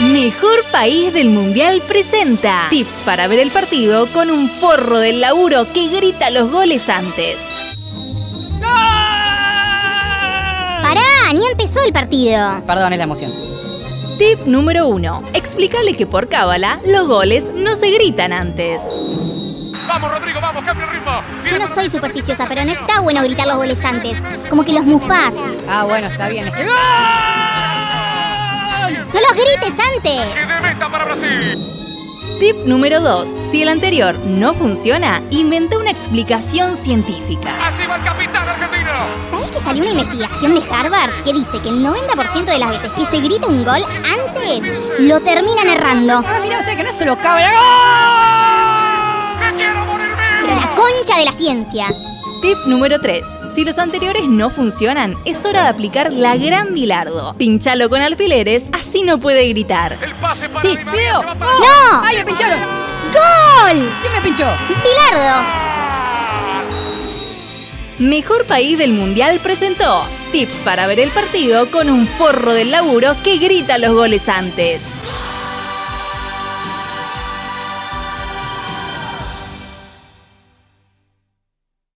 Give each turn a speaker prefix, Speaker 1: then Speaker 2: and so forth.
Speaker 1: Mejor País del Mundial presenta tips para ver el partido con un forro del laburo que grita los goles antes.
Speaker 2: Pará, ni empezó el partido.
Speaker 3: Perdón, es la emoción.
Speaker 1: Tip número 1. Explícale que por cábala los goles no se gritan antes.
Speaker 4: Vamos, Rodrigo, vamos, cambia el ritmo.
Speaker 2: Yo no soy supersticiosa, pero no está bueno gritar los goles antes. Como que los mufás.
Speaker 3: Ah, bueno, está bien. Es que.
Speaker 2: No los grites antes.
Speaker 4: Y de meta para Brasil.
Speaker 1: Tip número 2. Si el anterior no funciona, inventa una explicación científica.
Speaker 4: Así va el capitán argentino.
Speaker 2: ¿Sabés que salió una investigación de Harvard que dice que el 90% de las veces que se grita un gol antes, lo terminan errando?
Speaker 3: Ah, mira, o sea que no es solo cabra.
Speaker 4: ¡Me quiero morir vivo!
Speaker 2: Pero la concha de la ciencia.
Speaker 1: Tip número 3. Si los anteriores no funcionan, es hora de aplicar la gran bilardo. Pinchalo con alfileres, así no puede gritar.
Speaker 4: El pase para
Speaker 3: Sí,
Speaker 4: Di María,
Speaker 3: video.
Speaker 4: se va para-
Speaker 3: ¡Oh! ¡Ay, me pincharon!
Speaker 2: ¡Gol!
Speaker 3: ¿Quién me pinchó?
Speaker 2: ¡Pilardo!
Speaker 1: Mejor País del Mundial presentó tips para ver el partido con un forro del laburo que grita los goles antes.